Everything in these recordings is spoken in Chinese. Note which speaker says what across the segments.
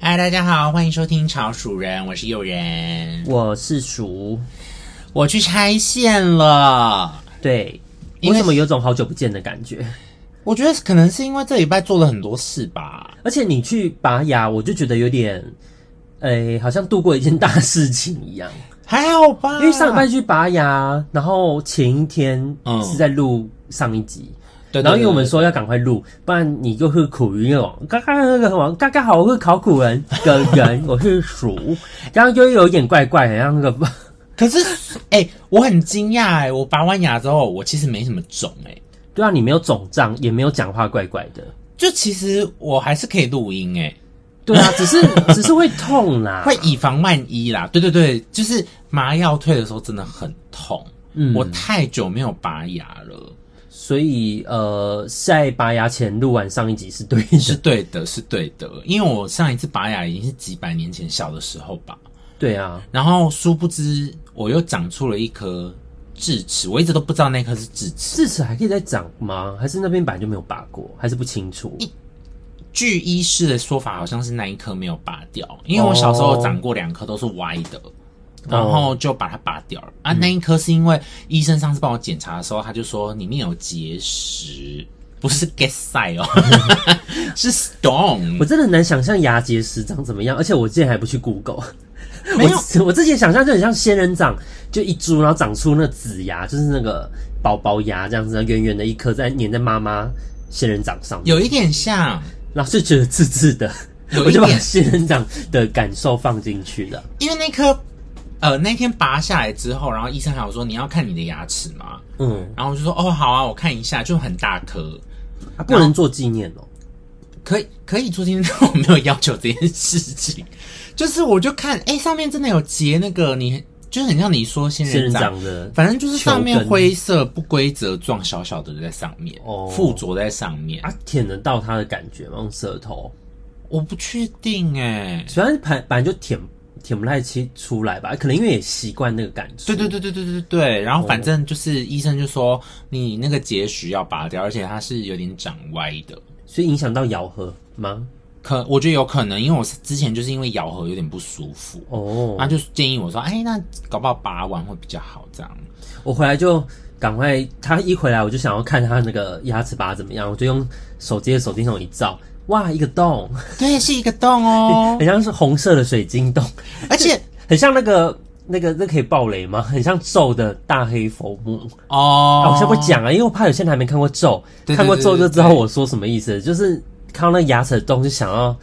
Speaker 1: 大家好，欢迎收听《潮鼠人》，我是诱人。
Speaker 2: 我是鼠，
Speaker 1: 我去拆线了，
Speaker 2: 对，
Speaker 1: 因
Speaker 2: 为
Speaker 1: 为
Speaker 2: 什么有种好久不见的感觉？
Speaker 1: 我觉得可能是因为这礼拜做了很多事吧。
Speaker 2: 而且你去拔牙，我就觉得有点，诶、好像度过一件大事情 一样。
Speaker 1: 还好吧，
Speaker 2: 因为上礼拜去拔牙，然后前一天
Speaker 1: 嗯
Speaker 2: 是在录上一集，
Speaker 1: 对，对
Speaker 2: 然后因为我们
Speaker 1: 对
Speaker 2: 说要赶快录，不然你就会苦于那种刚刚那个什么，刚刚好我是考古人的人，我 是鼠，然后就有一点怪怪，很像那个，
Speaker 1: 可是哎、我很惊讶哎，我拔完牙之后，我其实没什么肿哎、
Speaker 2: 对啊，你没有肿胀，也没有讲话怪怪的，
Speaker 1: 就其实我还是可以录音哎、
Speaker 2: 对啊，只是 只是会痛啦，
Speaker 1: 会以防万一啦。对对对，就是麻药退的时候真的很痛，
Speaker 2: 嗯
Speaker 1: 我太久没有拔牙了，
Speaker 2: 所以呃，在拔牙前录完上一集是对的
Speaker 1: 是，对的，是对的，因为我上一次拔牙已经是几百年前小的时候吧。
Speaker 2: 对啊，
Speaker 1: 然后殊不知我又长出了一颗智齿，我一直都不知道那颗是智齿。
Speaker 2: 智齿还可以再长吗？还是那边本来就没有拔过，还是不清楚？
Speaker 1: 据医师的说法，好像是那一颗没有拔掉，因为我小时候长过两颗都是歪的。
Speaker 2: 哦
Speaker 1: 然后就把它拔掉了
Speaker 2: 嗯
Speaker 1: 啊！那一颗是因为医生上次帮我检查的时候，他就说里面有结石，不是 get 塞 哦，是 stone
Speaker 2: 我。真的很难想象牙结石长怎么样，而且我之前还不去 Google。
Speaker 1: 没有
Speaker 2: 我我之前想象就很像仙人掌，就一株，然后长出那紫牙，就是那个宝宝牙这样子，圆圆的一颗在粘在妈妈仙人掌上面，
Speaker 1: 有一点像，
Speaker 2: 然后就觉得刺刺的，
Speaker 1: 有一
Speaker 2: 我就把
Speaker 1: 点
Speaker 2: 仙人掌的感受放进去了。
Speaker 1: 因为那颗呃那天拔下来之后，然后医生还有说你要看你的牙齿吗？
Speaker 2: 嗯，
Speaker 1: 然后我就说哦好啊，我看一下，就很大颗，
Speaker 2: 啊不能做纪念哦。
Speaker 1: 可以可以做今天，但我没有要求这件事情。就是我就看，哎、上面真的有结那个，你就是很像你说仙
Speaker 2: 仙
Speaker 1: 人
Speaker 2: 人
Speaker 1: 掌，
Speaker 2: 掌的，
Speaker 1: 反正就是上面
Speaker 2: 球根
Speaker 1: 灰色不规则状小小的在上面，
Speaker 2: 哦
Speaker 1: 附着在上面。
Speaker 2: 啊，舔得到它的感觉吗？用舌头，
Speaker 1: 我不确定哎、
Speaker 2: 虽然本本来就舔舔不太清出来吧，可能因为也习惯那个感觉。
Speaker 1: 对对对对对对对，然后反正就是医生就说你那个结石要拔掉，而且它是有点长歪的，
Speaker 2: 所以影响到咬合吗？
Speaker 1: 可我觉得有可能，因为我之前就是因为咬合有点不舒服，
Speaker 2: 哦，
Speaker 1: 他就建议我说，哎，那搞不好拔完会比较好这样。
Speaker 2: 我回来就赶快，他一回来我就想要看他那个牙齿拔怎么样，我就用手机的手电筒一照，哇，一个洞，
Speaker 1: 对，是一个洞哦，
Speaker 2: 很像是红色的水晶洞，
Speaker 1: 而且
Speaker 2: 很像那个。那个那可以爆雷吗？很像咒的大黑佛母，
Speaker 1: 哦，
Speaker 2: 啊，我先不讲啊，因为我怕有些人还没看过咒，
Speaker 1: 对对
Speaker 2: 看过咒
Speaker 1: 对对
Speaker 2: 就
Speaker 1: 对
Speaker 2: 知道我说什么意思，就是看到那牙齿的洞就想要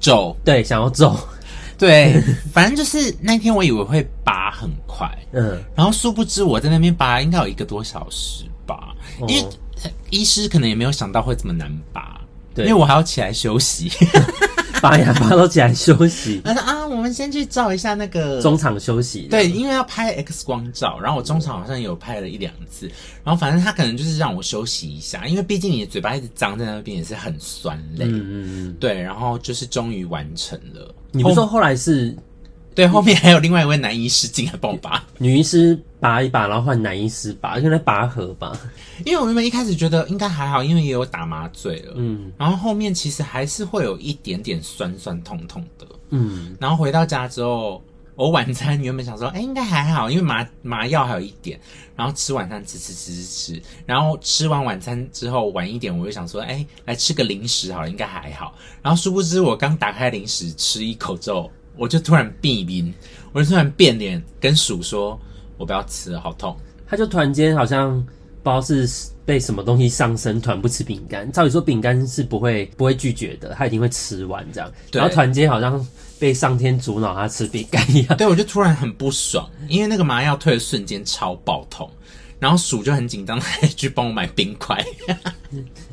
Speaker 1: 走。
Speaker 2: 对，想要走，
Speaker 1: 对，反正就是那天我以为会拔很快，
Speaker 2: 嗯，
Speaker 1: 然后殊不知我在那边拔应该有一个多小时吧，
Speaker 2: 哦
Speaker 1: 因为呃医师可能也没有想到会这么难拔。因
Speaker 2: 对
Speaker 1: 为我还要起来休息。
Speaker 2: 拔牙拔到起来休息，
Speaker 1: 他说啊，我们先去照一下那个
Speaker 2: 中场休息。，
Speaker 1: 对，因为要拍 X 光照，然后我中场好像有拍了一两次，然后反正他可能就是让我休息一下，因为毕竟你的嘴巴一直张在那边也是很酸累。
Speaker 2: 嗯嗯嗯，
Speaker 1: 对，然后就是终于完成了。
Speaker 2: 你不是
Speaker 1: 后
Speaker 2: 说后来是
Speaker 1: 对，后面还有另外一位男医师进来帮我拔，
Speaker 2: 女医师拔一拔，然后换男医师拔，应该拔河吧？
Speaker 1: 因为我原本一开始觉得应该还好，因为也有打麻醉了，
Speaker 2: 嗯
Speaker 1: 然后后面其实还是会有一点点酸酸痛痛的。
Speaker 2: 嗯，
Speaker 1: 然后回到家之后，我晚餐原本想说，哎， 应该还好，因为麻麻药还有一点。然后吃晚餐，吃吃吃吃吃，然后吃完晚餐之后晚一点，我就想说，哎，来吃个零食好了，应该还好。然后殊不知我刚打开零食吃一口之后，我就突然变脸，我就突然变脸，跟鼠说，我不要吃了，好痛。
Speaker 2: 他就突然间好像不知道是被什么东西上身，突然不吃饼干。照理说饼干是不会不会拒绝的，他一定会吃完这样。
Speaker 1: 对
Speaker 2: 然后突然间好像被上天阻挠他吃饼干一样。
Speaker 1: 对，我就突然很不爽，因为那个麻药退的瞬间超爆痛，然后鼠就很紧张，还去帮我买冰块。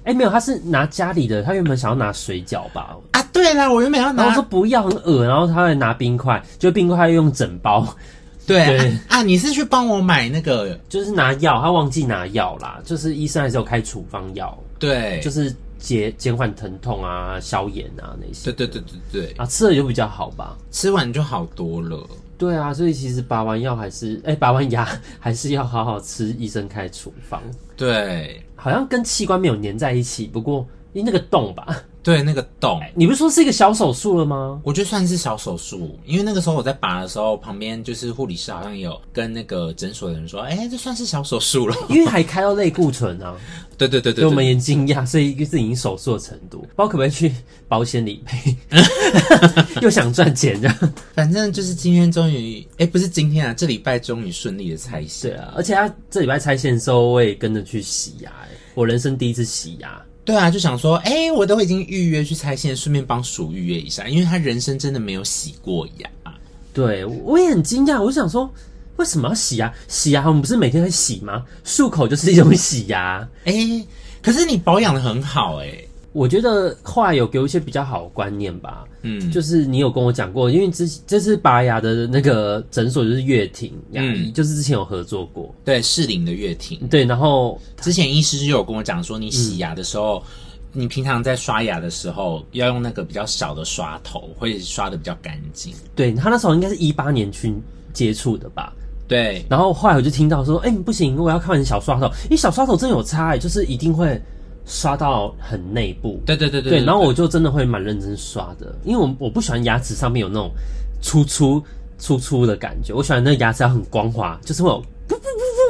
Speaker 2: 哎、没有，他是拿家里的，他原本想要拿水饺吧，
Speaker 1: 啊，对啦，我原本要
Speaker 2: 然后
Speaker 1: 拿
Speaker 2: 说不要，很恶，然后他会拿冰块，就冰块他用整包，
Speaker 1: 对
Speaker 2: 对
Speaker 1: 啊啊，你是去帮我买那个
Speaker 2: 就是拿药，他忘记拿药啦，就是医生还是有开处方药，
Speaker 1: 对，
Speaker 2: 就是是解减缓疼痛啊、消炎啊那些。
Speaker 1: 对对对对对，
Speaker 2: 啊，吃了就比较好吧。
Speaker 1: 吃完就好多了。
Speaker 2: 对啊，所以其实拔完药还是，哎、拔完牙 还是要好好吃医生开处方，
Speaker 1: 对，
Speaker 2: 好像跟器官没有粘在一起，不过因为那个洞吧，
Speaker 1: 对那个洞，
Speaker 2: 你不是说是一个小手术了吗？
Speaker 1: 我觉得算是小手术，因为那个时候我在拔的时候，旁边就是护理师好像有跟那个诊所的人说，哎、这算是小手术了。
Speaker 2: 因为还开到类固醇啊，
Speaker 1: 对对对
Speaker 2: 所以
Speaker 1: 对
Speaker 2: 我们
Speaker 1: 对，
Speaker 2: 也惊讶，所以就是已经手术的程 度，不知道可不可以去保险理赔，又想赚钱 这样。
Speaker 1: 反正就是今天终于，哎、不是今天啊，这礼拜终于顺利的拆
Speaker 2: 对
Speaker 1: 线。
Speaker 2: 啊，而且他这礼拜拆线的时候，我也跟着去洗牙、欸，我人生第一次洗牙。
Speaker 1: 对啊，就想说，哎、我都已经预约去拆线，顺便帮鼠预约一下，因为他人生真的没有洗过牙。
Speaker 2: 对，我也很惊讶，我就想说，为什么要洗牙？洗牙我们不是每天会洗吗？漱口就是一种洗牙。
Speaker 1: 哎、可是你保养的很好、哎，
Speaker 2: 我觉得后来有给我一些比较好的观念吧，
Speaker 1: 嗯，
Speaker 2: 就是你有跟我讲过，因为之这次拔牙的那个诊所就是月婷牙医，
Speaker 1: 嗯
Speaker 2: 就是之前有合作过，
Speaker 1: 对，适龄的月婷。
Speaker 2: 对，然后
Speaker 1: 之前医师就有跟我讲说，你洗牙的时候，你平常在刷牙的时候要用那个比较小的刷头，会刷的比较干净。
Speaker 2: 对他那时候应该是一八年去接触的吧，
Speaker 1: 对，
Speaker 2: 然后后来我就听到说，哎、不行，我要看你小刷头，因为小刷头真的有差、欸，就是一定会刷到很内部，
Speaker 1: 对对对
Speaker 2: 对，然后我就真的会蛮认真刷的，因为我我不喜欢牙齿上面有那种粗粗粗粗的感觉，我喜欢那个牙齿要很光滑，就是会有噗噗噗噗噗噗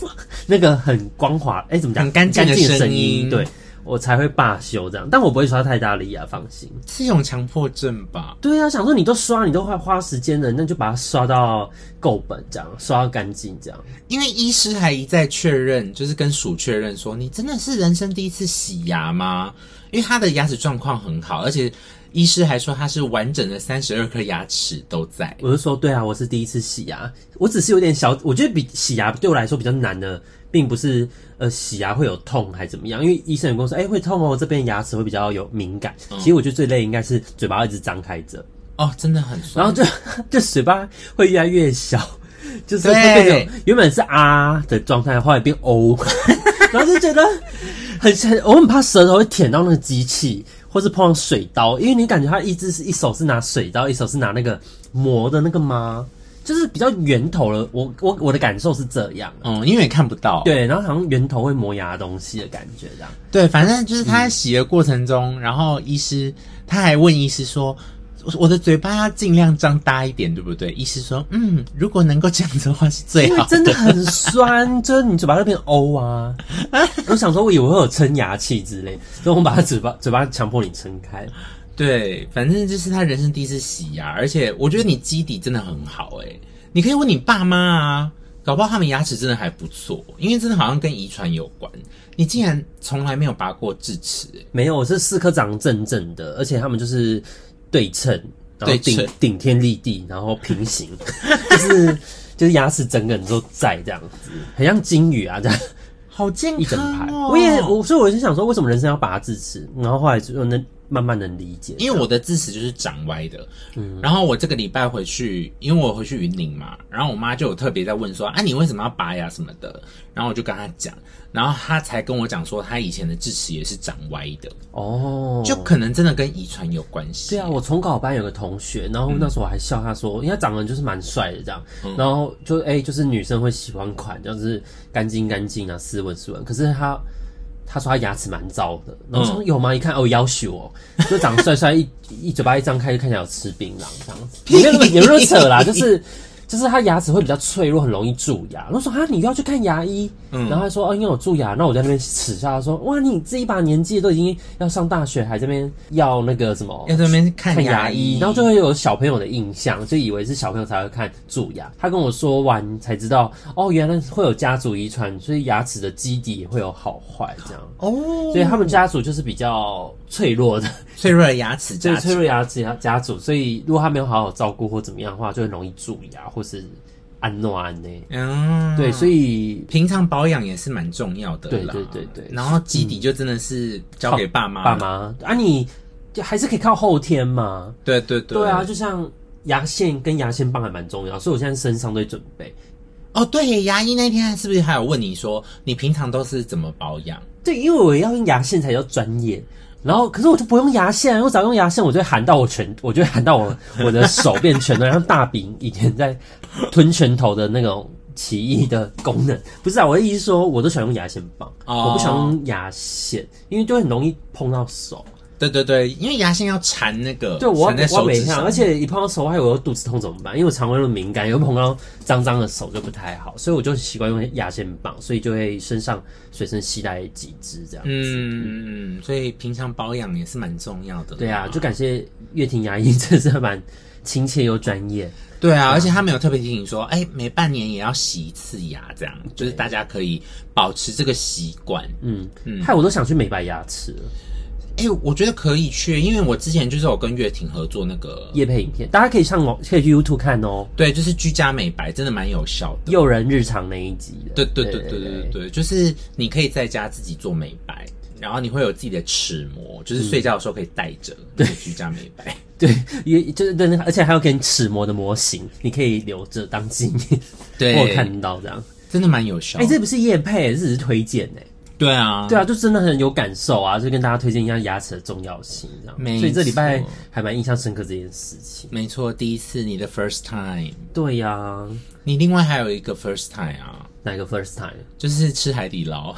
Speaker 2: 噗噗那个很光滑，哎、怎么讲？
Speaker 1: 很干净的
Speaker 2: 很的
Speaker 1: 声
Speaker 2: 音，
Speaker 1: 音
Speaker 2: 对我才会罢休这样，但我不会刷太大力啊，放心。
Speaker 1: 是一种强迫症吧？
Speaker 2: 对啊，想说你都刷，你都花花时间了，那就把它刷到够本这样，刷到干净这样。
Speaker 1: 因为医师还一再确认，就是跟鼠确认说，你真的是人生第一次洗牙吗？因为他的牙齿状况很好，而且医师还说他是完整的三十二颗牙齿都在。
Speaker 2: 我就说，对啊，我是第一次洗牙，我只是有点小，我觉得比洗牙对我来说比较难的，并不是呃洗牙会有痛还怎么样，因为医生有跟我说，哎、会痛哦，这边牙齿会比较有敏感。其实我觉得最累应该是嘴巴一直张开着，
Speaker 1: 哦，真的很酸。
Speaker 2: 然后 就就嘴巴会越来越小，就是会
Speaker 1: 对
Speaker 2: 变成原本是啊的状态，后来变哦， 然后就觉得很很，我很怕舌头会舔到那个机器，或是碰到水刀，因为你感觉他一只是一手是拿水刀，一手是拿那个磨的那个吗？就是比较圆头了，我我我的感受是这样、啊。
Speaker 1: 嗯，因为也看不到。
Speaker 2: 对，然后好像圆头会磨牙的东西的感觉这样。
Speaker 1: 对，反正就是他在洗的过程中，然后医师他还问医师说：“我我的嘴巴要尽量张大一点，对不对？”医师说：“嗯，如果能够这样子的话是最
Speaker 2: 因为
Speaker 1: 好。
Speaker 2: 真的很酸，就是你嘴巴那边欧 啊。我想说，我以为会有撑牙器之类，所以我把它嘴巴嘴巴强迫你撑开。”
Speaker 1: 对，反正就是他人生第一次洗牙，而且我觉得你基底真的很好诶、你可以问你爸妈啊，搞不好他们牙齿真的还不错，因为真的好像跟遗传有关。你竟然从来没有拔过智齿、欸，
Speaker 2: 没有，我是四颗长正正的，而且他们就是对称，然后
Speaker 1: 对
Speaker 2: 顶
Speaker 1: 称
Speaker 2: 顶天立地，然后平行， 就是就是牙齿整个人都在这样子，很像金鱼啊这样。
Speaker 1: 好健
Speaker 2: 一整
Speaker 1: 康
Speaker 2: 排。
Speaker 1: 哦！
Speaker 2: 我也我，所以我就想说，为什么人生要拔智齿？然后后来就能慢慢能理解，
Speaker 1: 因为我的智齿就是长歪的，
Speaker 2: 嗯
Speaker 1: 然后我这个礼拜回去，因为我回去云林嘛，然后我妈就有特别在问说，啊，你为什么要拔牙什么的？然后我就跟她讲，然后她才跟我讲说，她以前的智齿也是长歪的，
Speaker 2: 哦，
Speaker 1: 就可能真的跟遗传有关系。
Speaker 2: 对啊，我重考班有个同学，然后那时候我还笑他说，因为他长得就是蛮帅的这样，然后就哎、就是女生会喜欢款，就是干净干净啊，斯文斯文。可是他他说他牙齿蛮糟的，然后我说、有吗？一看哦，要求哦，就长得帅帅，一一嘴巴一张开就看起来有吃槟榔这样子，也没有那么也没有那么扯啦，就是。就是他牙齿会比较脆弱，很容易蛀牙。然后说啊，你又要去看牙医，然后他说哦，因为我蛀牙，那我在那边耻笑他说，哇，你这一把年纪都已经要上大学，还这边要那个什么
Speaker 1: 要在那边看
Speaker 2: 看牙
Speaker 1: 牙
Speaker 2: 医，
Speaker 1: 医，
Speaker 2: 然后就会有小朋友的印象，就以为是小朋友才会看蛀牙。他跟我说完才知道，哦，原来会有家族遗传，所以牙齿的基底也会有好坏这样。
Speaker 1: 哦，
Speaker 2: 所以他们家族就是比较脆 弱的，
Speaker 1: 脆弱的牙齿
Speaker 2: 就
Speaker 1: 加
Speaker 2: 是脆弱牙齿家族，所以如果他没有好好照顾或怎么样的话，就很容易蛀牙或是安诺安呢。
Speaker 1: 嗯，
Speaker 2: 对，所
Speaker 1: 以。
Speaker 2: 以
Speaker 1: 平常保养也是蛮重要的啦，
Speaker 2: 对对对对
Speaker 1: 然后基底就真的是交给爸妈，
Speaker 2: 爸，妈啊，你就还是可以靠后天嘛。
Speaker 1: 对对对，
Speaker 2: 对啊，，就像牙线跟牙线棒还蛮重要，所以我现在身上都会准备。
Speaker 1: 哦，对耶，牙医那天是不是还有问你说，你平常都是怎么保养？
Speaker 2: 对，因为我要用牙线才叫专业。然后，可是我就不用牙线啊，我只要用牙线，我就会含到我拳， 我就会含到我我的手变拳头，像大饼以前在吞拳头的那种奇异的功能。不是啊，我的意思是说，我都喜欢用牙线棒，
Speaker 1: 哦
Speaker 2: 我不喜欢用牙线，因为就很容易碰到手。
Speaker 1: 对对对，因为牙线要缠那个，
Speaker 2: 对我
Speaker 1: 缠在
Speaker 2: 要我
Speaker 1: 手
Speaker 2: 每
Speaker 1: 指
Speaker 2: 天，啊
Speaker 1: 上，
Speaker 2: 而且一碰到手还有我肚子痛怎么办？因为我肠胃又敏感，又碰到脏脏的手就不太好，所以我就习惯用牙线棒，所以就会身上随身携带几支这样。
Speaker 1: 嗯，所以平常保养也是蛮重要的。
Speaker 2: 对啊，就感谢乐婷牙医，真是还蛮亲切又专业。
Speaker 1: 对啊，而且他没有特别提醒说，哎、每半年也要洗一次牙，这样就是大家可以保持这个习惯。
Speaker 2: 嗯，害我都想去美白牙齿了。
Speaker 1: 哎、我觉得可以去，因为我之前就是有跟月婷合作那个，
Speaker 2: 夜配影片，大家可以上网，可以去 YouTube 看哦，
Speaker 1: 对，就是居家美白，真的蛮有效
Speaker 2: 《
Speaker 1: 的。
Speaker 2: 诱人日常》那一集的。
Speaker 1: 对对对对对对对，就是你可以在家自己做美白，然后你会有自己的齿膜，就是睡觉的时候可以带着，嗯对，居家美白。
Speaker 2: 对， 也就是对，而且还有给你齿模的模型，你可以留着当纪念。
Speaker 1: 对，哦
Speaker 2: 我有看到这样。
Speaker 1: 真的蛮有效
Speaker 2: 哎、。这不是夜配，这只是推荐哎、
Speaker 1: 对啊，
Speaker 2: 对啊，就真的很有感受啊，就跟大家推荐一下牙齿的重要性这样。
Speaker 1: 没
Speaker 2: 所以这礼拜
Speaker 1: 错
Speaker 2: 还蛮印象深刻这件事情。
Speaker 1: 没错，第一次你的 first time，
Speaker 2: 对呀、
Speaker 1: 你另外还有一个 first time 啊，
Speaker 2: 哪一个 first time？
Speaker 1: 就是吃海底捞。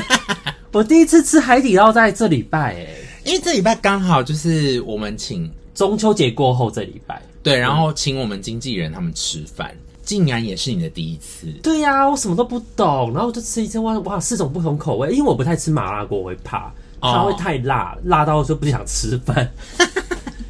Speaker 2: 我第一次吃海底捞在这礼拜哎、
Speaker 1: 因为这礼拜刚好就是我们请
Speaker 2: 中秋节过后这礼拜。
Speaker 1: 对，然后请我们经纪人他们吃饭，竟然也是你的第一次。
Speaker 2: 对呀、我什么都不懂，然后我就吃一次，哇哇，四种不同口味，因为我不太吃麻辣锅，我会怕
Speaker 1: 哦
Speaker 2: 它会太辣，辣到就不想吃饭。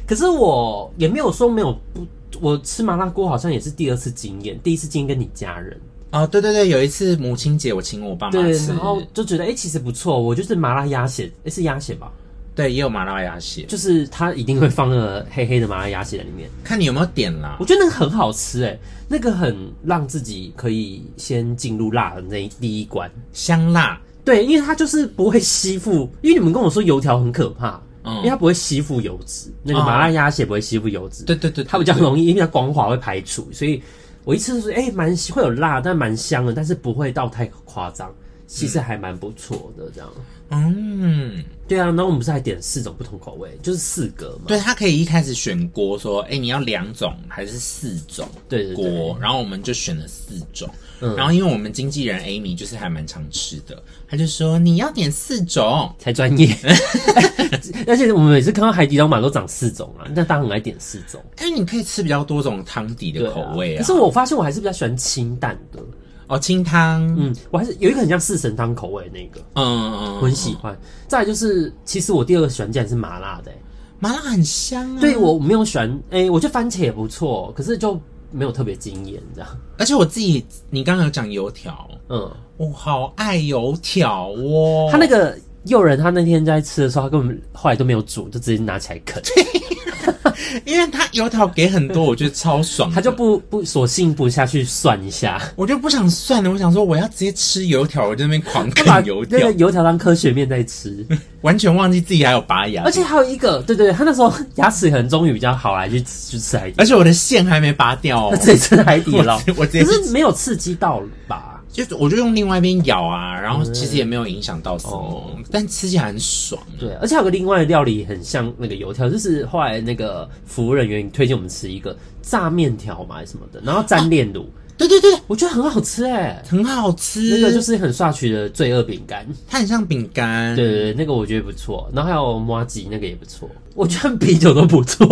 Speaker 2: 可是我也没有说没有不，我吃麻辣锅好像也是第二次经验，第一次经验跟你家人，
Speaker 1: 哦，对对对，有一次母亲节我请我爸妈
Speaker 2: 对，
Speaker 1: 吃
Speaker 2: 然，后就觉得哎、诶其实不错，我就是麻辣鸭血，诶是鸭血吧？
Speaker 1: 对，也有麻辣鸭血，
Speaker 2: 就是它一定会放那个黑黑的麻辣鸭血在里面，
Speaker 1: 看你有没有点啦
Speaker 2: 我。觉得那个很好吃、诶那个很让自己可以先进入辣的那一第一关。
Speaker 1: 香辣，
Speaker 2: 对，因为它就是不会吸附，因为你们跟我说油条很可怕，因为
Speaker 1: 嗯，
Speaker 2: 它不会吸附油脂，那个
Speaker 1: 哦
Speaker 2: 麻辣鸭血不会吸附油脂，
Speaker 1: 对对对，
Speaker 2: 它比较容易，因为它光滑会排除，所以我一吃就是哎，蛮、会有辣，但蛮香的，但是不会到太夸张，其实还蛮不错的这样。
Speaker 1: 嗯，
Speaker 2: 对啊，然后我们不是还点四种不同口味，就是四格嘛。
Speaker 1: 对，他可以一开始选锅，说，哎、你要两种还是四种
Speaker 2: 对嗯对对
Speaker 1: 锅？然后我们就选了四种。然后因为我们经纪人 Amy 就是还蛮常吃的，他就说你要点四种，
Speaker 2: 才专业， 而且我们每次看到海底捞嘛都长四种啊，但大家很爱点四种
Speaker 1: 因哎为你可以吃比较多种汤底
Speaker 2: 对
Speaker 1: 的
Speaker 2: 啊
Speaker 1: 口味啊。
Speaker 2: 可是我发现我还是比较喜欢清淡的，
Speaker 1: 哦，清汤，嗯
Speaker 2: 嗯，我还是有一个很像四神汤口味的那个，
Speaker 1: 嗯嗯，
Speaker 2: 我很喜欢。再来就是，其实我第二个喜欢竟然是麻辣的、欸，
Speaker 1: 麻辣很香啊。
Speaker 2: 对我没有喜欢，哎、我觉得番茄也不错，可是就没有特别惊艳这样。
Speaker 1: 而且我自己，你刚刚有讲油条，
Speaker 2: 嗯，
Speaker 1: 我、好爱油条哦。
Speaker 2: 他那个诱人，他那天在吃的时候，他根本后来都没有煮，就直接拿起来 啃，
Speaker 1: 因为他油条给很多，我觉得超爽的。
Speaker 2: 他就不不索性不下去算 一下，
Speaker 1: 我就不想算了，我想说我要直接吃油条，我就在那边狂
Speaker 2: 他把
Speaker 1: 啃油
Speaker 2: 那
Speaker 1: 条
Speaker 2: 个，油条当科学面在吃。
Speaker 1: 完全忘记自己还有拔牙
Speaker 2: 而，且还有一个，对对对，他那时候 牙齿可能终于比较好来去去吃海底，
Speaker 1: 而且我的线还没拔掉
Speaker 2: 他
Speaker 1: 哦。
Speaker 2: 自己吃海底捞，
Speaker 1: 我直接
Speaker 2: 可是没有刺激到吧？
Speaker 1: 就是我就用另外一边咬啊，然后其实也没有影响到什么，
Speaker 2: 哦
Speaker 1: 但吃起来很爽。
Speaker 2: 对，而且还有个另外的料理很像那个油条，就是后来那个服务人员推荐我们吃一个炸面条嘛还是什么的，然后
Speaker 1: 哦
Speaker 2: 沾炼乳，
Speaker 1: 对对对，
Speaker 2: 我觉得很好吃哎、
Speaker 1: 很好吃，
Speaker 2: 那个就是很刷曲的罪恶饼干，
Speaker 1: 它很像饼干。
Speaker 2: 对对对，那个我觉得不错。然后还有摩吉那个也不错，我觉得啤酒都不错，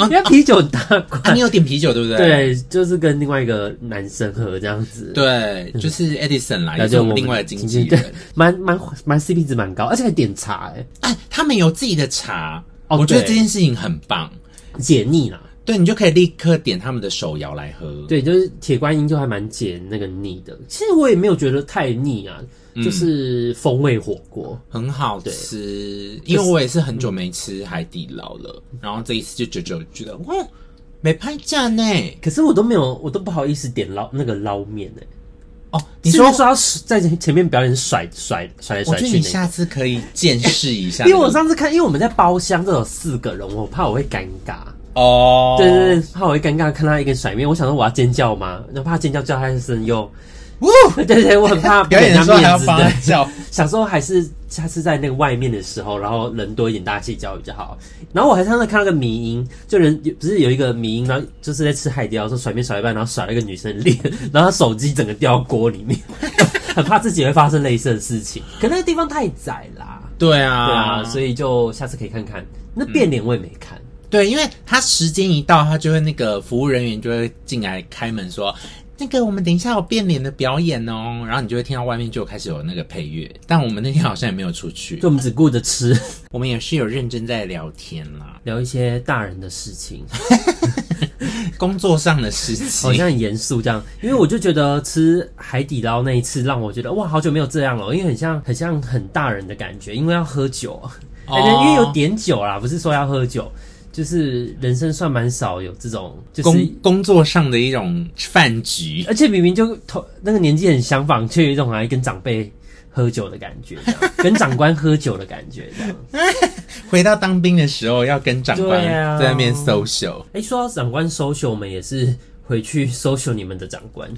Speaker 2: 因为啤酒很大罐，
Speaker 1: 啊啊，你有点啤酒对不对？
Speaker 2: 对，就是跟另外一个男生喝这样子，
Speaker 1: 对，就是 Edison 啦，
Speaker 2: 然
Speaker 1: 也是
Speaker 2: 后嗯就
Speaker 1: 我
Speaker 2: 我
Speaker 1: 们
Speaker 2: 们
Speaker 1: 另外的经纪
Speaker 2: 纪对
Speaker 1: 人。，
Speaker 2: 蛮蛮蛮 CP 值蛮高，而且还点茶哎、
Speaker 1: 哎，他们有自己的茶，
Speaker 2: 哦
Speaker 1: 我觉得
Speaker 2: 对
Speaker 1: 这件事情很棒。
Speaker 2: 解腻啦。
Speaker 1: 对你就可以立刻点他们的手摇来喝。
Speaker 2: 对，就是铁观音就还蛮解那个腻的。其实我也没有觉得太腻啊，
Speaker 1: 嗯
Speaker 2: 就是风味火锅。
Speaker 1: 很好吃，因为我也是很久没吃海底捞了，
Speaker 2: 嗯
Speaker 1: 然后这一次就久久觉得哇，没拍价呢。
Speaker 2: 可是我都没有，我都不好意思点捞那个捞面哎、
Speaker 1: 哦，你
Speaker 2: 是不
Speaker 1: 说
Speaker 2: 是，说要在前面表演甩甩甩来
Speaker 1: 我
Speaker 2: 甩
Speaker 1: 觉得
Speaker 2: 去
Speaker 1: 你
Speaker 2: 那
Speaker 1: 下
Speaker 2: 个？
Speaker 1: 次可以见识一下
Speaker 2: 因
Speaker 1: 那
Speaker 2: 为
Speaker 1: 个。
Speaker 2: 我上次看，因为我们在包厢都有四个人，我怕我会尴尬。
Speaker 1: 哦，
Speaker 2: 对对对，怕我会尴尬，看到一根甩面，我想说我要尖叫吗？然后怕尖叫叫他一声又，
Speaker 1: 呜，
Speaker 2: 对对对，我很怕 不
Speaker 1: 表
Speaker 2: 给
Speaker 1: 演的
Speaker 2: 人
Speaker 1: 时候
Speaker 2: 家
Speaker 1: 还要
Speaker 2: 面子
Speaker 1: 帮
Speaker 2: 的
Speaker 1: 他。叫，
Speaker 2: 想说还是下次在那个外面的时候，然后人多一点，大家一起叫比较好。然后我还上次看到个迷音，就人有不是有一个迷音，然后就是在吃海底捞的时候甩面甩一半，然后甩了一个女生的脸， 然后她手机整 个掉锅里面，很怕自己会发生类似的事情。可那个地方太窄啦，
Speaker 1: 对
Speaker 2: 对
Speaker 1: 啊，
Speaker 2: 啊，所以就下次可以看看。那变脸我也没看，
Speaker 1: 对，因为他时间一到，他就会那个服务人员就会进来开门说。那个，我们等一下有变脸的表演哦，
Speaker 2: 嗯
Speaker 1: 然后你就会听到外面就开始有那个配乐，但我们那天好像也没有出去，
Speaker 2: 就我们只顾着吃，
Speaker 1: 我们也是有认真在聊天啦，
Speaker 2: 聊一些大人的事情，
Speaker 1: 工作上的事
Speaker 2: 好
Speaker 1: 情。
Speaker 2: 像很严肃这样。因为我就觉得吃海底捞那一次让我觉得哇，好久没有这样了，因为很像很像很大人的感觉，因为要喝酒，
Speaker 1: 哦
Speaker 2: 感觉因为有点酒啦，不是说要喝酒。就是人生算蛮少有这种，就是
Speaker 1: 工工作上的一种饭局，
Speaker 2: 而且明明就同那个年纪很相仿，却有一种来跟长辈喝酒的感觉，这样跟长官喝酒的感觉这样。
Speaker 1: 回到当兵的时候要跟长官
Speaker 2: 对啊
Speaker 1: 在那边 social。
Speaker 2: 哎、说到长官 social，我们也是回去 social 你们的长官，，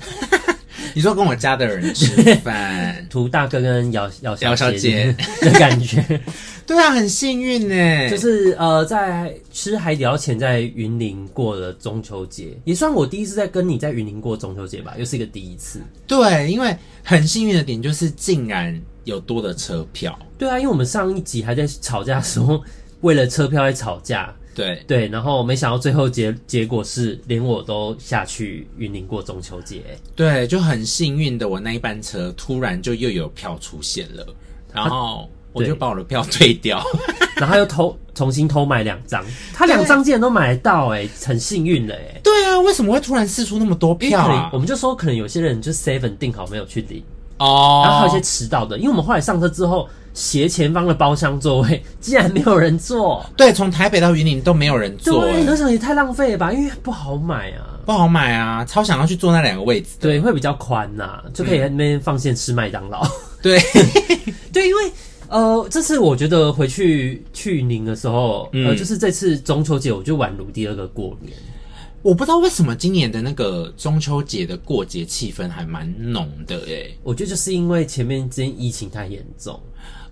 Speaker 1: 你说跟我家的人吃饭
Speaker 2: 涂大哥跟姚姚
Speaker 1: 姚小姐
Speaker 2: 的感觉，
Speaker 1: 对啊，很幸运呢、
Speaker 2: 就是呃，在吃海底捞前，在云林过了中秋节，也算我第一次在跟你在云林过中秋节吧，又是一个第一次。
Speaker 1: 对，因为很幸运的点就是竟然有多的车票，
Speaker 2: 对啊，因为我们上一集还在吵架说，为了车票在吵架，
Speaker 1: 对，
Speaker 2: 对，然后没想到最后结结果是，连我都下去云林过中秋节。
Speaker 1: 对，就很幸运的，我那一班车突然就又有票出现了，然后我就
Speaker 2: 啊对
Speaker 1: 把我的票退 掉。
Speaker 2: 然后又偷重新偷买两张，他两张竟然都买得到、欸，很幸运了、欸，
Speaker 1: 对啊，为什么会突然试出那么多
Speaker 2: 因为
Speaker 1: 票
Speaker 2: 可能
Speaker 1: 啊
Speaker 2: 我？们就说，可能有些人就 seven 订好没有去领，
Speaker 1: 哦，
Speaker 2: 然后还有一些迟到的，因为我们后来上车之后，斜前方的包厢座位竟然没有人坐，
Speaker 1: 对，从台北到云林都没有人坐、
Speaker 2: 对，
Speaker 1: 欸
Speaker 2: 我想也太浪费了吧，因为不好买啊，
Speaker 1: 不好买啊，超想要去坐那两个位置。
Speaker 2: 对，会比较宽呐、就可以在那边放线吃麦当劳。
Speaker 1: 对，
Speaker 2: 对，因为呃，这次我觉得回去去宁的时候，呃，
Speaker 1: 嗯
Speaker 2: 就是这次中秋节，我就宛如第二个过年。
Speaker 1: 我不知道为什么今年的那个中秋节的过节气氛还蛮浓的欸诶、
Speaker 2: 我觉得就是因为前面之前疫情太严重，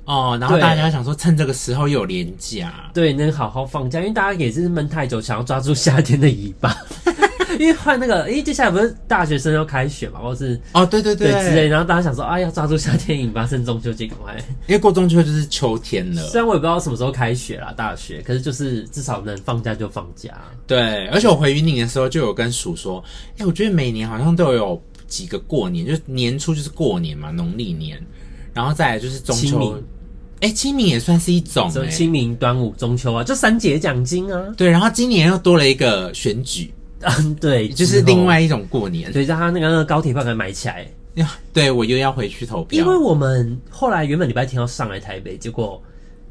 Speaker 1: 哦，然后
Speaker 2: 对
Speaker 1: 大家想说趁这个时候又有廉价，
Speaker 2: 对，能好好放假，因为大家也是闷太久，想要抓住夏天的尾巴。 因为换那个，因为接下来不是大学生要开学嘛，或是
Speaker 1: 哦，对对
Speaker 2: 对
Speaker 1: 对，
Speaker 2: 之类，然后大家想说啊，要抓住夏天尾巴，趁中秋节赶快。
Speaker 1: 因为过中秋就是秋天了，
Speaker 2: 虽然我也不知道什么时候开学啦，大学，可是就是至少能放
Speaker 1: 哦
Speaker 2: 假就放假。
Speaker 1: 对，而且我回云林的时候就有跟鼠说，哎、我觉得每年好像都有几个过年，就是年初就是过年嘛，农历年，然后再来就是中
Speaker 2: 清
Speaker 1: 秋
Speaker 2: 明，
Speaker 1: 哎、清明也算是一种、
Speaker 2: 什么
Speaker 1: 欸，
Speaker 2: 清明、端午、中秋啊，就三节奖金啊。
Speaker 1: 对，然后今年又多了一个选举，
Speaker 2: 嗯，对，
Speaker 1: 就是另，外一种过年，
Speaker 2: 所以让他那个高铁票给买起来。
Speaker 1: 对我又要回去投票
Speaker 2: 因为，我们后来原本礼拜天要上来台北，结果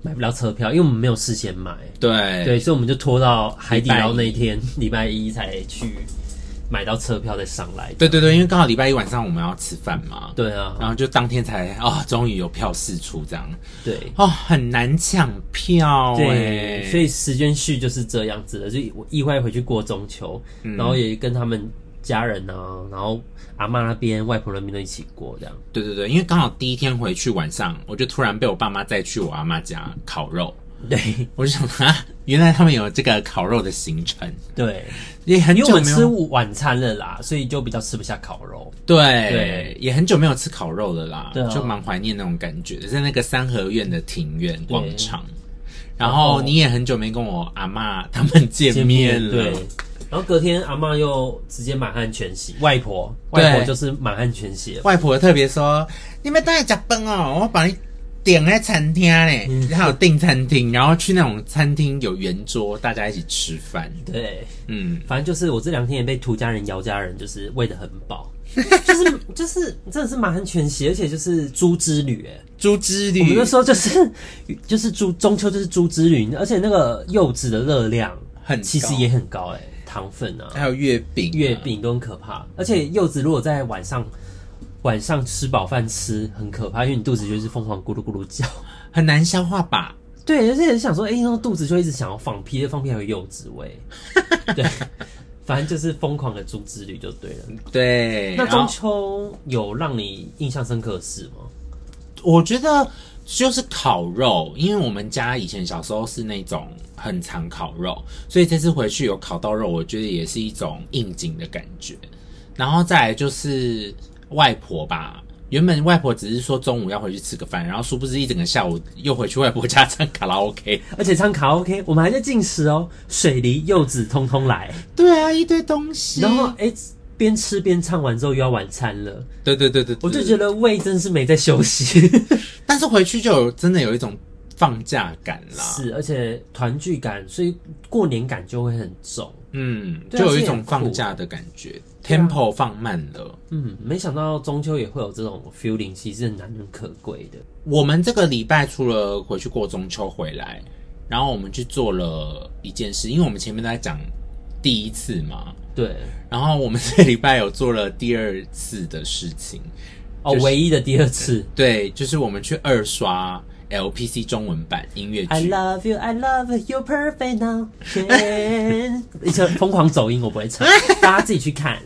Speaker 2: 买不了车票，因为我们没有事先买，
Speaker 1: 对
Speaker 2: 对，所以我们就拖到海底捞那一天，礼拜一才去买到车票再上来。
Speaker 1: 对对对，因为刚好礼拜一晚上我们要吃饭嘛，
Speaker 2: 对啊，
Speaker 1: 然后就当天才啊、终于有票试出这样，
Speaker 2: 对。
Speaker 1: 哦，很难抢
Speaker 2: 哦
Speaker 1: 票哎、
Speaker 2: 对，所以时间序就是这样子的，就我意外回去过中秋，然后也跟他们家人啊，然后阿妈那边、外婆那边都一起过这样。
Speaker 1: 对对对，因为刚好第一天回去晚上，我就突然被我爸妈载去我阿妈家烤肉，
Speaker 2: 对
Speaker 1: 我就想啊，原来他们有这个烤肉的行程，
Speaker 2: 对，
Speaker 1: 也很
Speaker 2: 因为我
Speaker 1: 久
Speaker 2: 们
Speaker 1: 没
Speaker 2: 吃
Speaker 1: 有
Speaker 2: 晚餐了啦，所以就比较吃不下烤肉。
Speaker 1: 对
Speaker 2: 对
Speaker 1: 也很久没有吃烤肉了啦，
Speaker 2: 对啊
Speaker 1: 就蛮怀念那种感觉的，在那个三合院的庭院
Speaker 2: 对
Speaker 1: 广场。然
Speaker 2: 然后
Speaker 1: 后你也很久没跟我阿妈他们见面了，
Speaker 2: 对。然后隔天阿嬷又直接满汉全席，外婆外婆
Speaker 1: 对
Speaker 2: 就是满汉全席了，
Speaker 1: 外婆特别说：“你们带假崩哦，我帮你点在餐厅
Speaker 2: 嗯
Speaker 1: 嘞，还有订餐厅，然后去那种餐厅有圆桌，大家一起吃饭。
Speaker 2: 对，”
Speaker 1: 嗯，
Speaker 2: 反正就是我这两天也被涂家人、姚家人就是喂得很 饱，就是就是真的是满汉全席，而且就是猪之旅哎，
Speaker 1: 猪之
Speaker 2: 我
Speaker 1: 旅
Speaker 2: 们那时候就是 就是猪中秋就是猪之旅，而且那个柚子的热量
Speaker 1: 很高
Speaker 2: 其实也很高哎，糖分啊，
Speaker 1: 还有月饼、
Speaker 2: 月，饼都很可怕，而且柚子如果在晚上晚上吃饱饭吃很可怕，因为你肚子就是疯狂咕噜咕 噜叫。
Speaker 1: 很难消化吧？
Speaker 2: 对，而且想说，哎、那种肚子就一直想要放屁，放屁还有柚子 味。对，反正就是疯狂的猪之旅就对了。
Speaker 1: 对，
Speaker 2: 那
Speaker 1: 然后
Speaker 2: 中秋有让你印象深刻的事吗？
Speaker 1: 我觉得就是烤肉，因为我们家以前小时候是那种很常烤肉，所以这次回去有烤到肉，我觉得也是一种应景的感觉。然后再来就是外婆吧，原本外婆只是说中午要回去吃个饭，然后殊不知一整个下午又回去外婆家唱卡拉 OK。
Speaker 2: 而且唱卡拉 OK，我们还在进食哦，水梨、柚子通通来。
Speaker 1: 对啊，一堆东西。
Speaker 2: 然后哎，边吃边唱完之后又要晚餐了，
Speaker 1: 对对对对对，
Speaker 2: 我就觉得胃真是没在休息。
Speaker 1: 但是回去就有真的有一种放假感啦。
Speaker 2: 是，而且团聚感，所以过年感就会很重。
Speaker 1: 嗯，就
Speaker 2: 对啊
Speaker 1: 有
Speaker 2: 这
Speaker 1: 一
Speaker 2: 也
Speaker 1: 种
Speaker 2: 很酷
Speaker 1: 放假的感觉、t
Speaker 2: 对
Speaker 1: e
Speaker 2: 啊
Speaker 1: m p o 放慢了。
Speaker 2: 嗯，没想到中秋也会有这种 feeling，其实很难能可贵的。
Speaker 1: 我们这个礼拜除了回去过中秋回来，然后我们去做了一件事，因为我们前面都在讲第一次嘛，
Speaker 2: 对，
Speaker 1: 然后我们这礼拜有做了第二次的事情，
Speaker 2: 哦，
Speaker 1: 就是
Speaker 2: 唯一的第二次。
Speaker 1: 对，就是我们去二刷 LPC 中文版音乐
Speaker 2: I
Speaker 1: 剧。
Speaker 2: love you, I love you, perfect now. Yeah 一直疯狂走音，我不会唱，大家自己去看。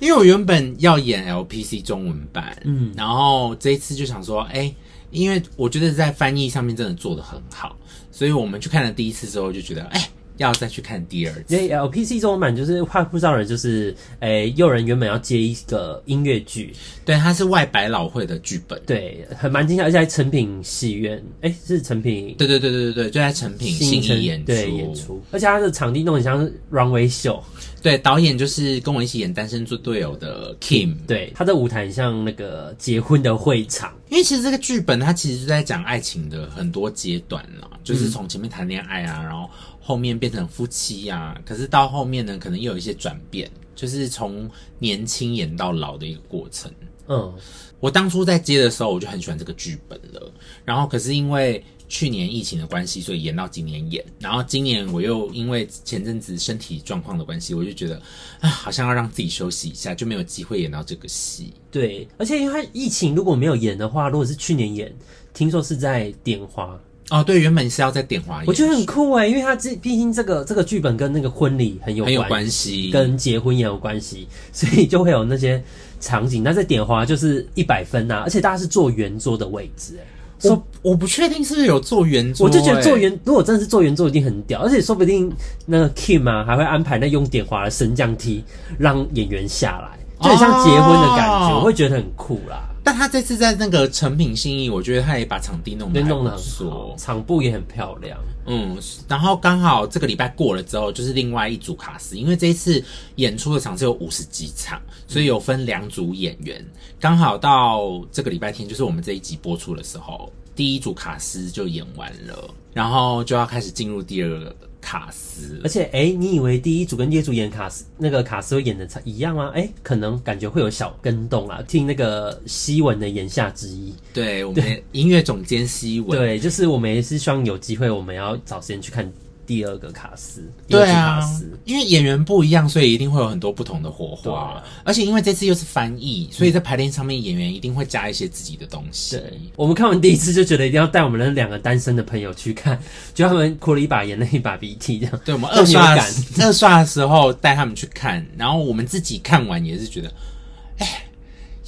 Speaker 1: 因为我原本要演 LPC 中文版，嗯，然后这一次就想说，哎、因为我觉得在翻译上面真的做的很好，所以我们去看了第一次之后就觉得，哎、要再去看第二次。
Speaker 2: 因为呃 LPC 中文版就是画不知道人，就是诶，又、人原本要接一个音乐剧，
Speaker 1: 对，它是外百老汇的剧本。
Speaker 2: 对，很蛮惊讶，而且在成品戏院，诶、是成品
Speaker 1: 对对对对对对，就在成品
Speaker 2: 新
Speaker 1: 新
Speaker 2: 城
Speaker 1: 一演出，
Speaker 2: 对演出，而且它的场地弄得很像 runway 秀，
Speaker 1: 对导演就是跟我一起演《单身做队友》的 Kim，
Speaker 2: 对，它的舞台很像那个结婚的会场，
Speaker 1: 因为其实这个剧本它其实是在讲爱情的很多阶段啦，
Speaker 2: 嗯
Speaker 1: 就是从前面谈恋爱啊，然后后面变成夫妻啊，可是到后面呢，可能又有一些转变，就是从年轻演到老的一个过程。
Speaker 2: 嗯，
Speaker 1: 我当初在接的时候，我就很喜欢这个剧本了。然后可是因为去年疫情的关系，所以延到今年演。然后今年我又因为前阵子身体状况的关系，我就觉得啊，好像要让自己休息一下，就没有机会演到这个戏。
Speaker 2: 对，而且因为它疫情如果没有演的话，如果是去年演，听说是在点花，
Speaker 1: 哦，对，原本是要在点华演，
Speaker 2: 我觉得很酷诶，因为它这毕竟这个这个剧本跟那个婚礼很有
Speaker 1: 很有
Speaker 2: 关
Speaker 1: 关系，
Speaker 2: 跟结婚也有关系，所以就会有那些场景。那在点华就是一百分呐、而且大家是坐圆桌的位置、欸，
Speaker 1: 我我不确定是不是有做原作、
Speaker 2: 我就觉
Speaker 1: 欸
Speaker 2: 得坐圆，如果真的是坐圆桌一定很屌，而且说不定那个 Kim 啊还会安排那用点华的升降梯让演员下来，就很像结婚的感觉，
Speaker 1: 哦
Speaker 2: 我会觉得很酷啦。
Speaker 1: 但他这次在那个成品信义，我觉得他也把场地弄
Speaker 2: 对，
Speaker 1: 得
Speaker 2: 弄得
Speaker 1: 得
Speaker 2: 很
Speaker 1: 错
Speaker 2: 好，，场布也很漂亮。
Speaker 1: 嗯，然后刚好这个礼拜过了之后，就是另外一组卡司，因为这一次演出的场次有五十几场，所以有分两组演员。刚好到这个礼拜天，就是我们这一集播出的时候，第一组卡司就演完了，然后就要开始进入第二个卡司
Speaker 2: 而。且，哎、你以为第一组跟第二组演卡斯那个卡斯会演的差一样吗？哎、可能感觉会有小跟动啊。听那个西文的言下之意，
Speaker 1: 对我们的音乐总监希文，
Speaker 2: 对，就是我们也是希望有机会，我们要找时间去看第二个卡斯，第二
Speaker 1: 对
Speaker 2: 组卡
Speaker 1: 啊
Speaker 2: 斯。，
Speaker 1: 因为演员不一样，所以一定会有很多不同的火
Speaker 2: 对
Speaker 1: 花
Speaker 2: 啊。
Speaker 1: 而且因为这次又是翻译，所以在排练上面演员一定会加一些自己的东西。
Speaker 2: 对，我们看完第一次就觉得一定要带我们那两个单身的朋友去看， 就他们哭了一把眼泪一把鼻涕这样。
Speaker 1: 对，我们
Speaker 2: 更
Speaker 1: 二
Speaker 2: 有
Speaker 1: 刷的
Speaker 2: 感
Speaker 1: 时 二刷的时候带他们去看，然后我们自己看完也是觉得，哎，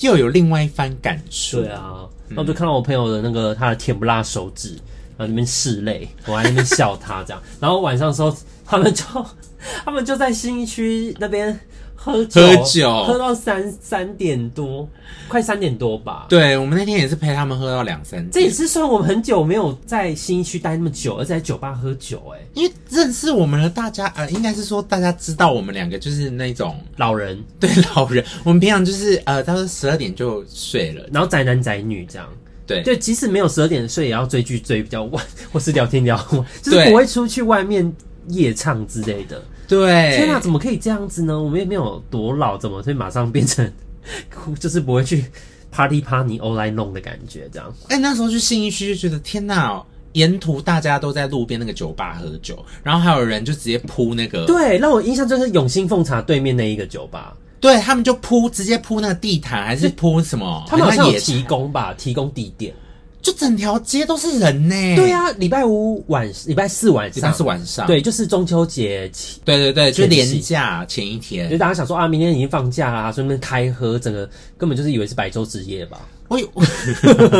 Speaker 1: 又有另外一番感触。
Speaker 2: 对啊，然后就看到我朋友的那个他的甜不辣手指，然后那边拭泪，我还在那边笑他这样。 然后晚上的时候，他们就 他们就在新一区那边喝酒，
Speaker 1: 喝酒
Speaker 2: 喝到三三点多，快三点多吧。
Speaker 1: 对我们那天也是陪他们喝到两三
Speaker 2: 这也
Speaker 1: 点，
Speaker 2: 是算我们很久没有在新一区待那么久，而且在酒吧喝酒、哎，
Speaker 1: 因为认识我们的大家，呃，应该是说大家知道我们两个就是那种
Speaker 2: 老人，
Speaker 1: 对老人，我们平常就是呃，他说十二点就睡了，
Speaker 2: 然后宅男宅女这样。
Speaker 1: 对
Speaker 2: 就即使没有十二点睡，也要追剧追比较晚，或是聊天聊晚，就是
Speaker 1: 对
Speaker 2: 不会出去外面夜唱之类的。
Speaker 1: 对，
Speaker 2: 天哪、怎么可以这样子呢？我们也没有多老，怎么会马上变成 就是不会去 party party all night long 的感觉？这样
Speaker 1: 哎、那时候去信义区就觉得天哪，沿途大家都在路边那个酒吧喝酒，然后还有人就直接铺那个，
Speaker 2: 对，让我印象就是永兴凤茶对面那一个酒吧，
Speaker 1: 对他们就铺直接铺那个地毯，还是铺什么？
Speaker 2: 他们好像
Speaker 1: 很
Speaker 2: 有
Speaker 1: 像野
Speaker 2: 提
Speaker 1: 餐，
Speaker 2: 供吧，提供地点。
Speaker 1: 就整条街都是人呢、
Speaker 2: 对，啊，礼拜五晚，礼拜四晚
Speaker 1: 礼拜
Speaker 2: 上，
Speaker 1: 四晚上，
Speaker 2: 对，就是中秋节起，
Speaker 1: 对对对，就
Speaker 2: 前夕
Speaker 1: 廉价前一
Speaker 2: 就
Speaker 1: 天，
Speaker 2: 大家想说啊，明天已经放假啦，顺便开喝，整个根本就是以为是白昼之夜吧。
Speaker 1: 我以我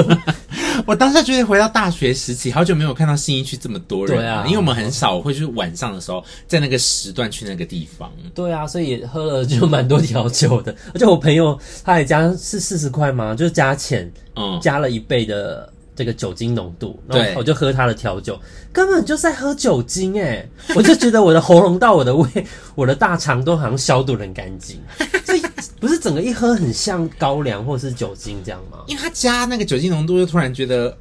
Speaker 1: 我当下就会回到大学时期，好久没有看到信义区这么多人
Speaker 2: 对啊
Speaker 1: 因为我们很少会去晚上的时候在那个时段去那个地方。
Speaker 2: 对啊，所以喝了就蛮多调酒的，而且我朋友他还加是四十块吗？就是加钱，
Speaker 1: 嗯，
Speaker 2: 加了一倍的这个酒精浓度，
Speaker 1: 对
Speaker 2: 然后我就喝他的调酒，根本就是在喝酒精哎、 我就觉得我的喉咙到我的胃，我的大肠都好像消毒得很干净，所以不是整个一喝很像高粱或是酒精这样吗？
Speaker 1: 因为他加那个酒精浓度，就突然觉得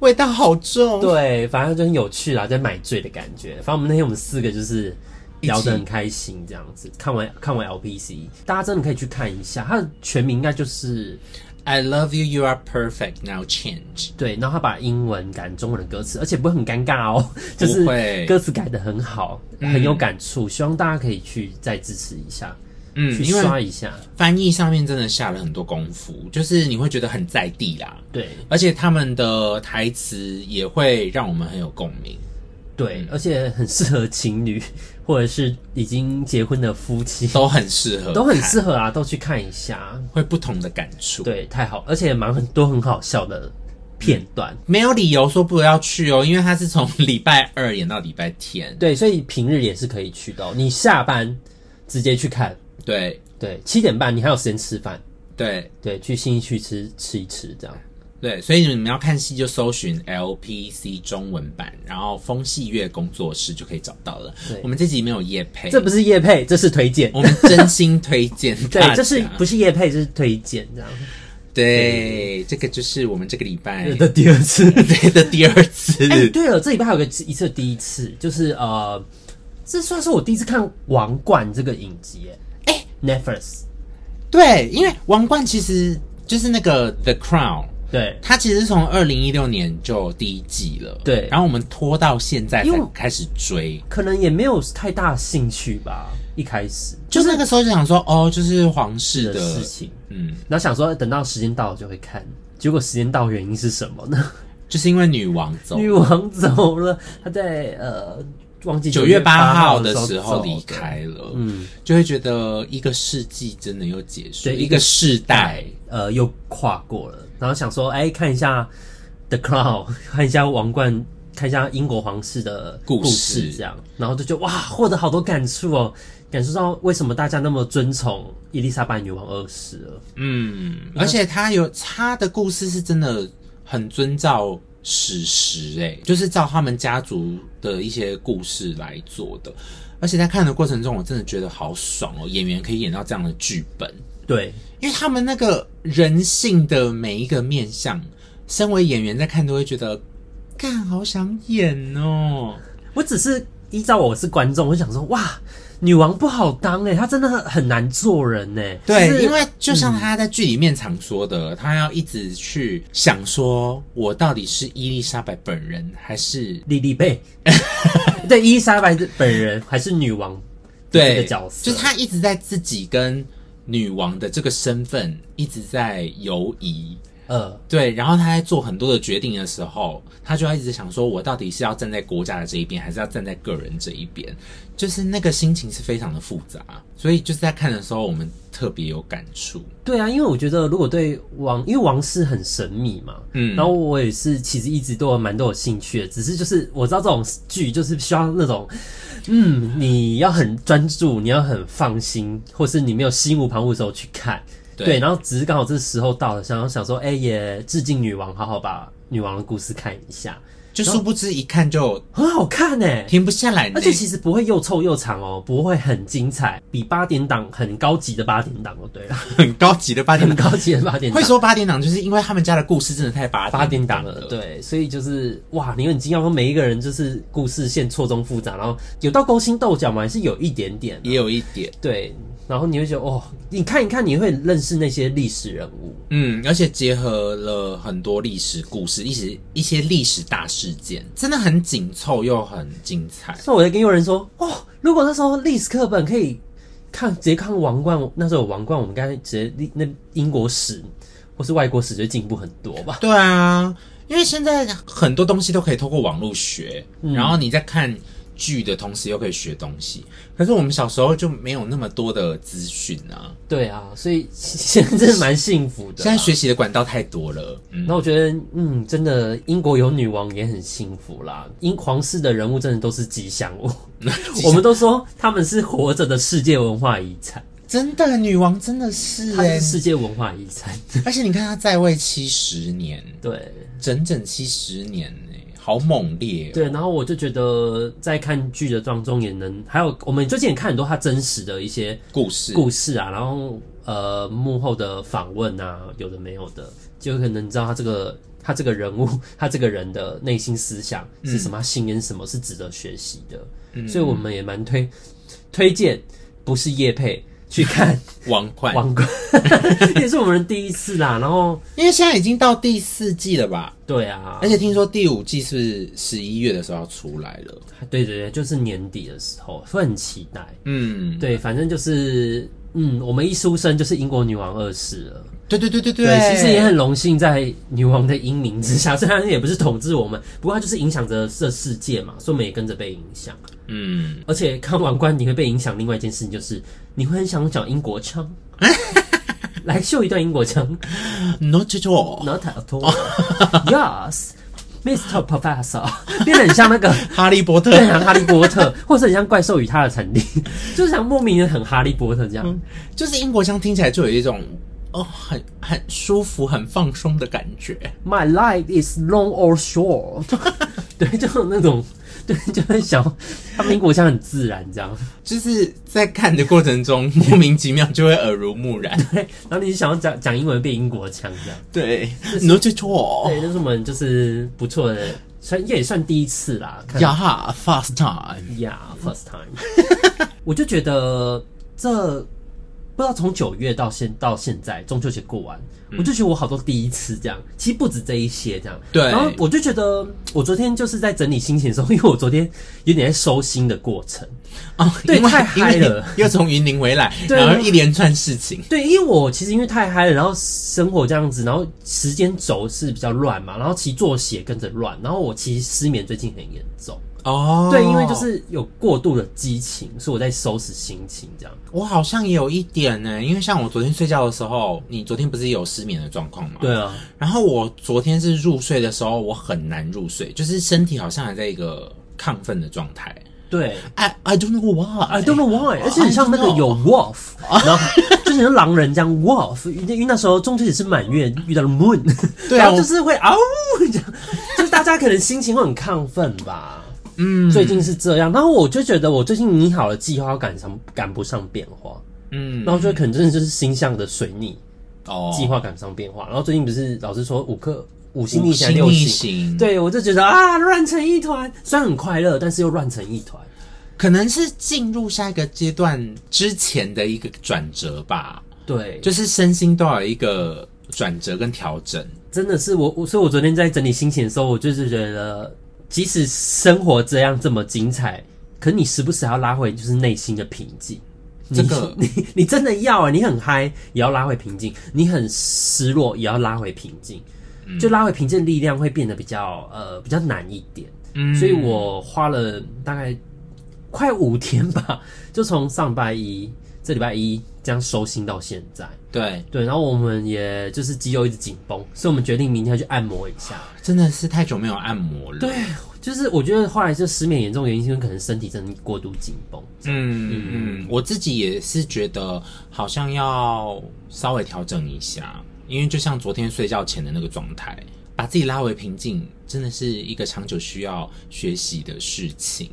Speaker 1: 味道好重。
Speaker 2: 对，反正就很有趣啦，在买醉的感觉。反正我们那天我们四个就是
Speaker 1: 一起
Speaker 2: 聊得很开心，这样子。看完看完 LPC，大家真的可以去看一下，它的全名应该就是
Speaker 1: I love you, you are perfect. Now change.
Speaker 2: 对，然后他把英文改成中文的歌词，而且不会很尴尬哦， 就是
Speaker 1: 不会
Speaker 2: 歌词改得很好，很有感触。希望大家可以去再支持一下，
Speaker 1: 嗯
Speaker 2: 去，
Speaker 1: 因为
Speaker 2: 刷一下。
Speaker 1: 翻译上面真的下了很多功夫，就是你会觉得很在地啦，
Speaker 2: 对
Speaker 1: 而且他们的台词也会让我们很有共鸣。
Speaker 2: 对，
Speaker 1: 嗯
Speaker 2: 而且很适合情侣或者是已经结婚的 夫妻，
Speaker 1: 都很适合看，
Speaker 2: 都很适合啊，都去看一下。
Speaker 1: 会不同的感触。，
Speaker 2: 对，太好，而且蛮很多很好笑的片段。
Speaker 1: 没有理由说不要去哦，因为他是从礼拜二演到礼拜天。
Speaker 2: 对，所以平日也是可以去的哦、你下班直接去看。
Speaker 1: 对
Speaker 2: 对，七点半你还有时间吃饭。
Speaker 1: 对
Speaker 2: 对，去新一区吃吃一吃这样。
Speaker 1: 对，所以你们要看戏就搜寻 LPC 中文版，然后风戏月工作室就可以找到了
Speaker 2: 对。
Speaker 1: 我们这集没有夜配，
Speaker 2: 这不是叶配，这是推荐。
Speaker 1: 我们真心推荐大家。
Speaker 2: 对，这是不是叶配，这是推荐 这样。
Speaker 1: 对这个就是我们这个礼拜
Speaker 2: 的第二次。
Speaker 1: 对的第二次。
Speaker 2: 哎、对了，这礼拜还有个一次的第一次，就是呃，这算是我第一次看《王冠》这个影集耶。哎、n e t f l i x
Speaker 1: 对，因为王冠其实就是那个 The Crown。
Speaker 2: 对，
Speaker 1: 它其实是从二零一六年就第一季了，
Speaker 2: 对
Speaker 1: 然后我们拖到现在
Speaker 2: 因
Speaker 1: 才
Speaker 2: 为我
Speaker 1: 开始追，
Speaker 2: 可能也没有太大兴趣吧，一开始
Speaker 1: 就是那个时候就想说，哦，就是皇室
Speaker 2: 的
Speaker 1: 的
Speaker 2: 事，情。
Speaker 1: 嗯，
Speaker 2: 然后想说等到时间到了就会看，结果时间到原因是什么呢？
Speaker 1: 就是因为女王走，
Speaker 2: 女王走了，她在呃忘记
Speaker 1: 九
Speaker 2: 月
Speaker 1: 月八号的
Speaker 2: 时
Speaker 1: 时候
Speaker 2: 走
Speaker 1: 离。开了，
Speaker 2: 嗯，
Speaker 1: 就会觉得一个世纪真的又结束，
Speaker 2: 对
Speaker 1: 一个世代
Speaker 2: 代，呃又跨过了，然后想说哎、看一下 The Crown，看一下王冠，看一下英国皇室的
Speaker 1: 故事
Speaker 2: 事这样，然后就觉得哇获得好多感触哦，感受到为什么大家那么尊崇伊丽莎白女王二世了。
Speaker 1: 嗯，而且他有他的故事是真的很遵照史实、欸，就是照他们家族的一些故事来做的。而且在看的过程中，我真的觉得好爽哦，演员可以演到这样的剧本，
Speaker 2: 对，
Speaker 1: 因为他们那个人性的每一个面相，身为演员在看都会觉得，干好想演哦。
Speaker 2: 我只是依照我是观众，我想说哇，女王不好当哎、她真的很很难做人哎、就是
Speaker 1: 对，因为就
Speaker 2: 嗯
Speaker 1: 像他在剧里面常说的，他要一直去想说，我到底是伊丽莎白本人，还是
Speaker 2: 莉 莉贝，对伊丽莎白本人还是女王
Speaker 1: 对
Speaker 2: 这个角色，
Speaker 1: 就是他一直在自己跟女王的这个身份一直在犹疑。
Speaker 2: 呃，
Speaker 1: 对，然后他在做很多的决定的时候，他就要一直想说，我到底是要站在国家的这一边，还是要站在个人这一边？就是那个心情是非常的复杂，所以就是在看的时候，我们特别有感触。
Speaker 2: 对啊，因为我觉得如果对王，因为王室很神秘嘛，
Speaker 1: 嗯
Speaker 2: 然后我也是其实一直对我蛮都有兴趣的，只是就是我知道这种剧就是需要那种，嗯，你要很专注，你要很放心，或是你没有心无旁骛的时候去看，
Speaker 1: 对
Speaker 2: 然后只是刚好这时候到了，想要想说，哎、也致敬女王，好好把女王的故事看一下，
Speaker 1: 就殊不知一看就
Speaker 2: 很好看哎、
Speaker 1: 停不下来呢
Speaker 2: 而。且其实不会又臭又长哦，不会很精彩，比八点档很高级的八点档哦，对 了，
Speaker 1: 很高级的八点
Speaker 2: 很
Speaker 1: 档，
Speaker 2: 高级的八点档
Speaker 1: 会。说八点档，就是因为他们家的故事真的太八
Speaker 2: 八点
Speaker 1: 点
Speaker 2: 档了，对，所以就是哇，你很惊讶，说每一个人就是故事线错综复杂，然后有到勾心斗角嘛，还是有一点点啊、
Speaker 1: 也有一点。
Speaker 2: 对，然后你会觉得哦，你看一看，你会认识那些历史人物，
Speaker 1: 嗯，而且结合了很多历史故事，历史一些历史大事件，真的很紧凑又很精彩。
Speaker 2: 所以我在跟有人说哦，如果那时候历史课本可以看直接看《王冠》，那时候有《王冠》，我们刚才直接那英国史或是外国史就进步很多吧，
Speaker 1: 对啊嗯啊，因为现在很多东西都可以透过网络学，然后你在看剧的同时又可以学东西。可是我们小时候就没有那么多的资讯啊，
Speaker 2: 对啊，所以 现在真的蛮幸福的
Speaker 1: 现
Speaker 2: 啊。
Speaker 1: 在学习的管道太多了。嗯，
Speaker 2: 那我觉得，嗯，真的英国有女王也很幸福啦。英皇室的人物真的都是吉祥 物，我们都说他们是活着的世界文化遗产，
Speaker 1: 真的女王真的是
Speaker 2: 它
Speaker 1: 哎、
Speaker 2: 是世界文化遗产。
Speaker 1: 而且你看她在位七十年，
Speaker 2: 对
Speaker 1: 整整七十年哎、好猛烈、哦。
Speaker 2: 对，然后我就觉得在看剧的当中也能，还有我们最近也看很多他真实的一些
Speaker 1: 故事
Speaker 2: 故事啊，然后呃幕后的访问啊，有的没有的，就可能知道他这个他这个人物， 他这个人的内心思想是什么，他信念是什么是值得学习的，所以我们也蛮推推荐，不是叶配去看
Speaker 1: 王冠，
Speaker 2: 王冠，也是我们的第一次啦。然后
Speaker 1: 因为现在已经到第四季了吧？
Speaker 2: 对啊
Speaker 1: 而，且听说第五季是十一月的时候要出来了。
Speaker 2: 对对对，就是年底的时候会很期待。
Speaker 1: 嗯，
Speaker 2: 对，反正就是，嗯，我们一出生就是英国女王二世了。
Speaker 1: 对对对对对
Speaker 2: 对，其实也 很荣幸在女王的英明之下，虽 然也不是统治我们，不过它就是影响着这世界嘛，所以我们也跟着被影响。
Speaker 1: 嗯，
Speaker 2: 而且看王冠，你会被影响另外一件事情，就是你会很想讲英国腔。来秀一段英国腔
Speaker 1: Not at all。
Speaker 2: ，Not at all. Yes, Mr. Professor，变得很像那个
Speaker 1: 哈利波特
Speaker 2: 对，很哈利波特，或是很像怪兽与它的产地， 就是像莫名的很哈利波特这样。
Speaker 1: 就是英国腔听起来就有一种哦，很很舒服、很放松的感觉。
Speaker 2: My life is long or short 。 对，就是那种，对，就很想，他们英国腔很自然这样。
Speaker 1: 就是在看的过程 中，莫名其妙就会耳濡目染。
Speaker 2: 对，然后你就想要讲讲英文变英国腔这样。
Speaker 1: 对，Not at all。
Speaker 2: 对，这是我们就是不错的，算也算第一次啦。看
Speaker 1: 呀哈，Fast time。
Speaker 2: Yeah，first time。我 就觉得这不知道从九月到现到现在中秋节过完，我就觉得我好多第一次这样，其实不止这一些这样。
Speaker 1: 嗯对
Speaker 2: 然后我就觉得我昨天就是在整理心情的时候，因为我昨天有点在收心的过程。
Speaker 1: 哦，
Speaker 2: 对
Speaker 1: 因为
Speaker 2: 太嗨
Speaker 1: 因为
Speaker 2: 了
Speaker 1: 又从云林回来，
Speaker 2: 对
Speaker 1: 然后一连串事情。
Speaker 2: 对，因为我其实因为太嗨了，然后生活这样子，然后时间轴是比较乱嘛，然后其实作息也跟着乱，然后我其实失眠最近很严重。
Speaker 1: 哦，
Speaker 2: 对，因为就是有过度的激情，所以我在收拾心情这样。
Speaker 1: 我好像也有一点呢，因为像我昨天睡觉的时候，你昨天不是有失眠的状况吗？
Speaker 2: 对。啊，
Speaker 1: 然后我昨天是入睡的时候，我很难入睡，就是身体好像还在一个亢奋的状态。
Speaker 2: 对。
Speaker 1: I I don't know why.
Speaker 2: I don't know why，而且很像那个
Speaker 1: I don't know
Speaker 2: 有 wolf，然 后就是像狼人这样 wolf，因为那时候中秋节是满月，遇到了 moon，
Speaker 1: 对啊
Speaker 2: 然后就是会嗷呜这样，就是大家可能心情会很亢奋吧，
Speaker 1: 嗯
Speaker 2: 最近是这样，然后我就觉得我最近拟好了计划赶上赶不上变化，
Speaker 1: 嗯
Speaker 2: 然后就可能真的就是星象的水逆，
Speaker 1: 哦，
Speaker 2: 计划赶不上变化，然后最近不是老师说五颗五星
Speaker 1: 逆
Speaker 2: 逆行还六
Speaker 1: 逆
Speaker 2: 星，
Speaker 1: 行，，
Speaker 2: 对我就觉得啊乱成一团，虽然很快乐，但是又乱成一团。
Speaker 1: 可能是进入下一个阶段之前的一个转折吧，
Speaker 2: 对，
Speaker 1: 就是身心都要有一个转折跟调整。
Speaker 2: 真的是我，我所以，我昨天在整理心情的时候，我就是觉得，即使生活这样这么精彩，可你时不时还要拉回就是内心的平静。你
Speaker 1: 这个
Speaker 2: 你你真的要啊！你很嗨也要拉回平静，你很失落也要拉回平静，就拉回平静的力量会变得比较呃比较难一点。
Speaker 1: 嗯
Speaker 2: 所以我花了大概快五天吧，就从上拜一这礼拜一这样收心到现在。
Speaker 1: 对，
Speaker 2: 对，然后我们也就是肌肉一直紧绷，所以我们决定明天要去按摩一下。
Speaker 1: 真的是太久没有按摩了。
Speaker 2: 对，就是我觉得后来就失眠严重的原因，是因为可能身体真的过度紧绷。
Speaker 1: 嗯嗯，我自己也是觉得好像要稍微调整一下，因为就像昨天睡觉前的那个状态，把自己拉回平静，真的是一个长久需要学习的事情。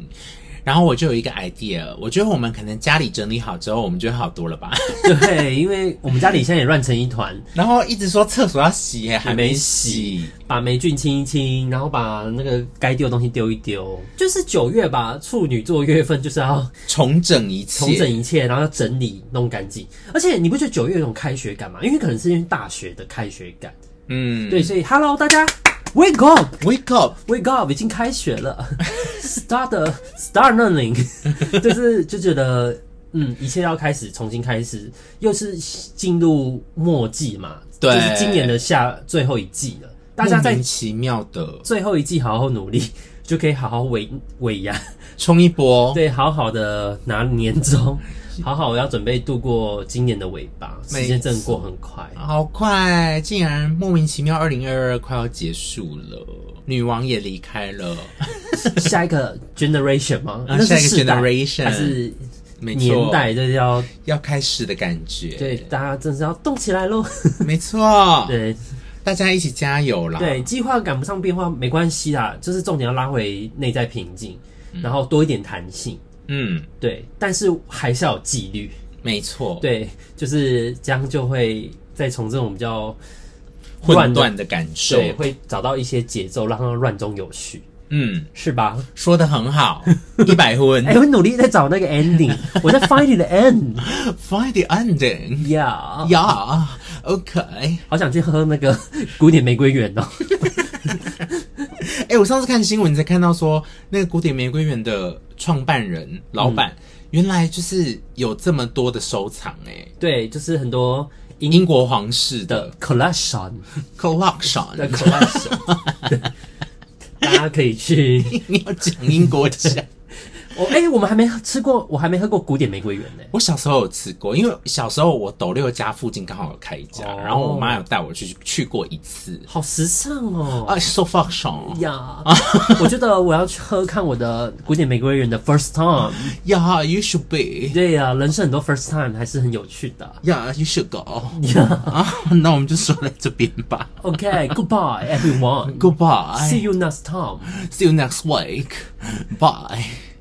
Speaker 1: 然后我就有一个 idea，我觉得我们可能家里整理好之后，我们就会好多了 吧。
Speaker 2: 对，因为我们家里现在也乱成一团，
Speaker 1: 然后一直说厕所要洗耶，还
Speaker 2: 没
Speaker 1: 洗，
Speaker 2: 把霉菌清一清，然后把那个该丢的东西丢一丢。就是九月吧，处女座月份就是要
Speaker 1: 重整一切，
Speaker 2: 重整一切，然后要整理弄干净。而且你不觉得九月有种开学感吗？因为可能是因为大学的开学感。
Speaker 1: 嗯，
Speaker 2: 对，所以 Hello 大家，Wake up！
Speaker 1: ，wake up，
Speaker 2: Wake up，已经开学了 ，Start the- start learning，就是 就觉得嗯，一切要开始重新开始，又是进入末季嘛，
Speaker 1: 对
Speaker 2: 就是今年的下最后一季了，大家
Speaker 1: 莫
Speaker 2: 在
Speaker 1: 名其妙的，
Speaker 2: 最后一季好好努力， 就可以好好尾尾牙，
Speaker 1: 冲一波，
Speaker 2: 对，好好的拿年终，好好要准备度过今年的尾巴，时间真的过很快。
Speaker 1: 好快，竟然莫名其妙，二零二二快要结束了，女王也离开 了，
Speaker 2: 下一个 generation 吗？
Speaker 1: 啊
Speaker 2: 那是
Speaker 1: 下一个
Speaker 2: 世代
Speaker 1: generation
Speaker 2: 还是
Speaker 1: 没错，
Speaker 2: 年代？就是要
Speaker 1: 要开始的感觉，
Speaker 2: 对，大家真是要动起来喽！
Speaker 1: 没错，
Speaker 2: 对
Speaker 1: 大家一起加油啦！
Speaker 2: 对，计划赶不上变化没关系啦，就是重点要拉回内在平静，然后多一点弹性。
Speaker 1: 嗯，
Speaker 2: 对，但是还是要有纪律。
Speaker 1: 没错，
Speaker 2: 对，就是这样就会再从这种比较
Speaker 1: 混
Speaker 2: 乱的
Speaker 1: 乱的感受，
Speaker 2: 对，会找到一些节奏，让它乱中有序，
Speaker 1: 嗯，
Speaker 2: 是吧？
Speaker 1: 说的很好，一百分
Speaker 2: 哎、我努力在找那个 ending，我 在 finding the end，yeah，
Speaker 1: ，Find the ending，呀、yeah,，OK。
Speaker 2: 好想去喝那个古典玫瑰园哦。
Speaker 1: 哎、我上次看新闻才看到说，那个古典玫瑰园的创办人老板、
Speaker 2: 嗯
Speaker 1: 原来就是有这么多的收藏哎、
Speaker 2: 对，就是很多英
Speaker 1: 英国皇室
Speaker 2: 的
Speaker 1: 的
Speaker 2: collection
Speaker 1: collection，
Speaker 2: 的 collection，对大家可以去。
Speaker 1: 你 要讲英国 腔。
Speaker 2: 我哎、我们还没吃过，我还没喝过古典玫瑰园呢、
Speaker 1: 我小时候有吃过，因为小时候我斗六家附近刚好有开一家，
Speaker 2: 哦
Speaker 1: 然后我妈有带我去去过一次。
Speaker 2: 好时尚哦。
Speaker 1: 啊，so f u c k
Speaker 2: Uh，
Speaker 1: 爽
Speaker 2: 呀 我觉得我要去喝看我的古典玫瑰园的 first time。
Speaker 1: 呀，you should be，
Speaker 2: 对呀、人生很多 first time 还是很有趣的。
Speaker 1: 呀，you should go。啊，那我们就说在这边吧。
Speaker 2: OK，goodbye、everyone，see
Speaker 1: Goodbye，see
Speaker 2: you next time。
Speaker 1: you next week，bye。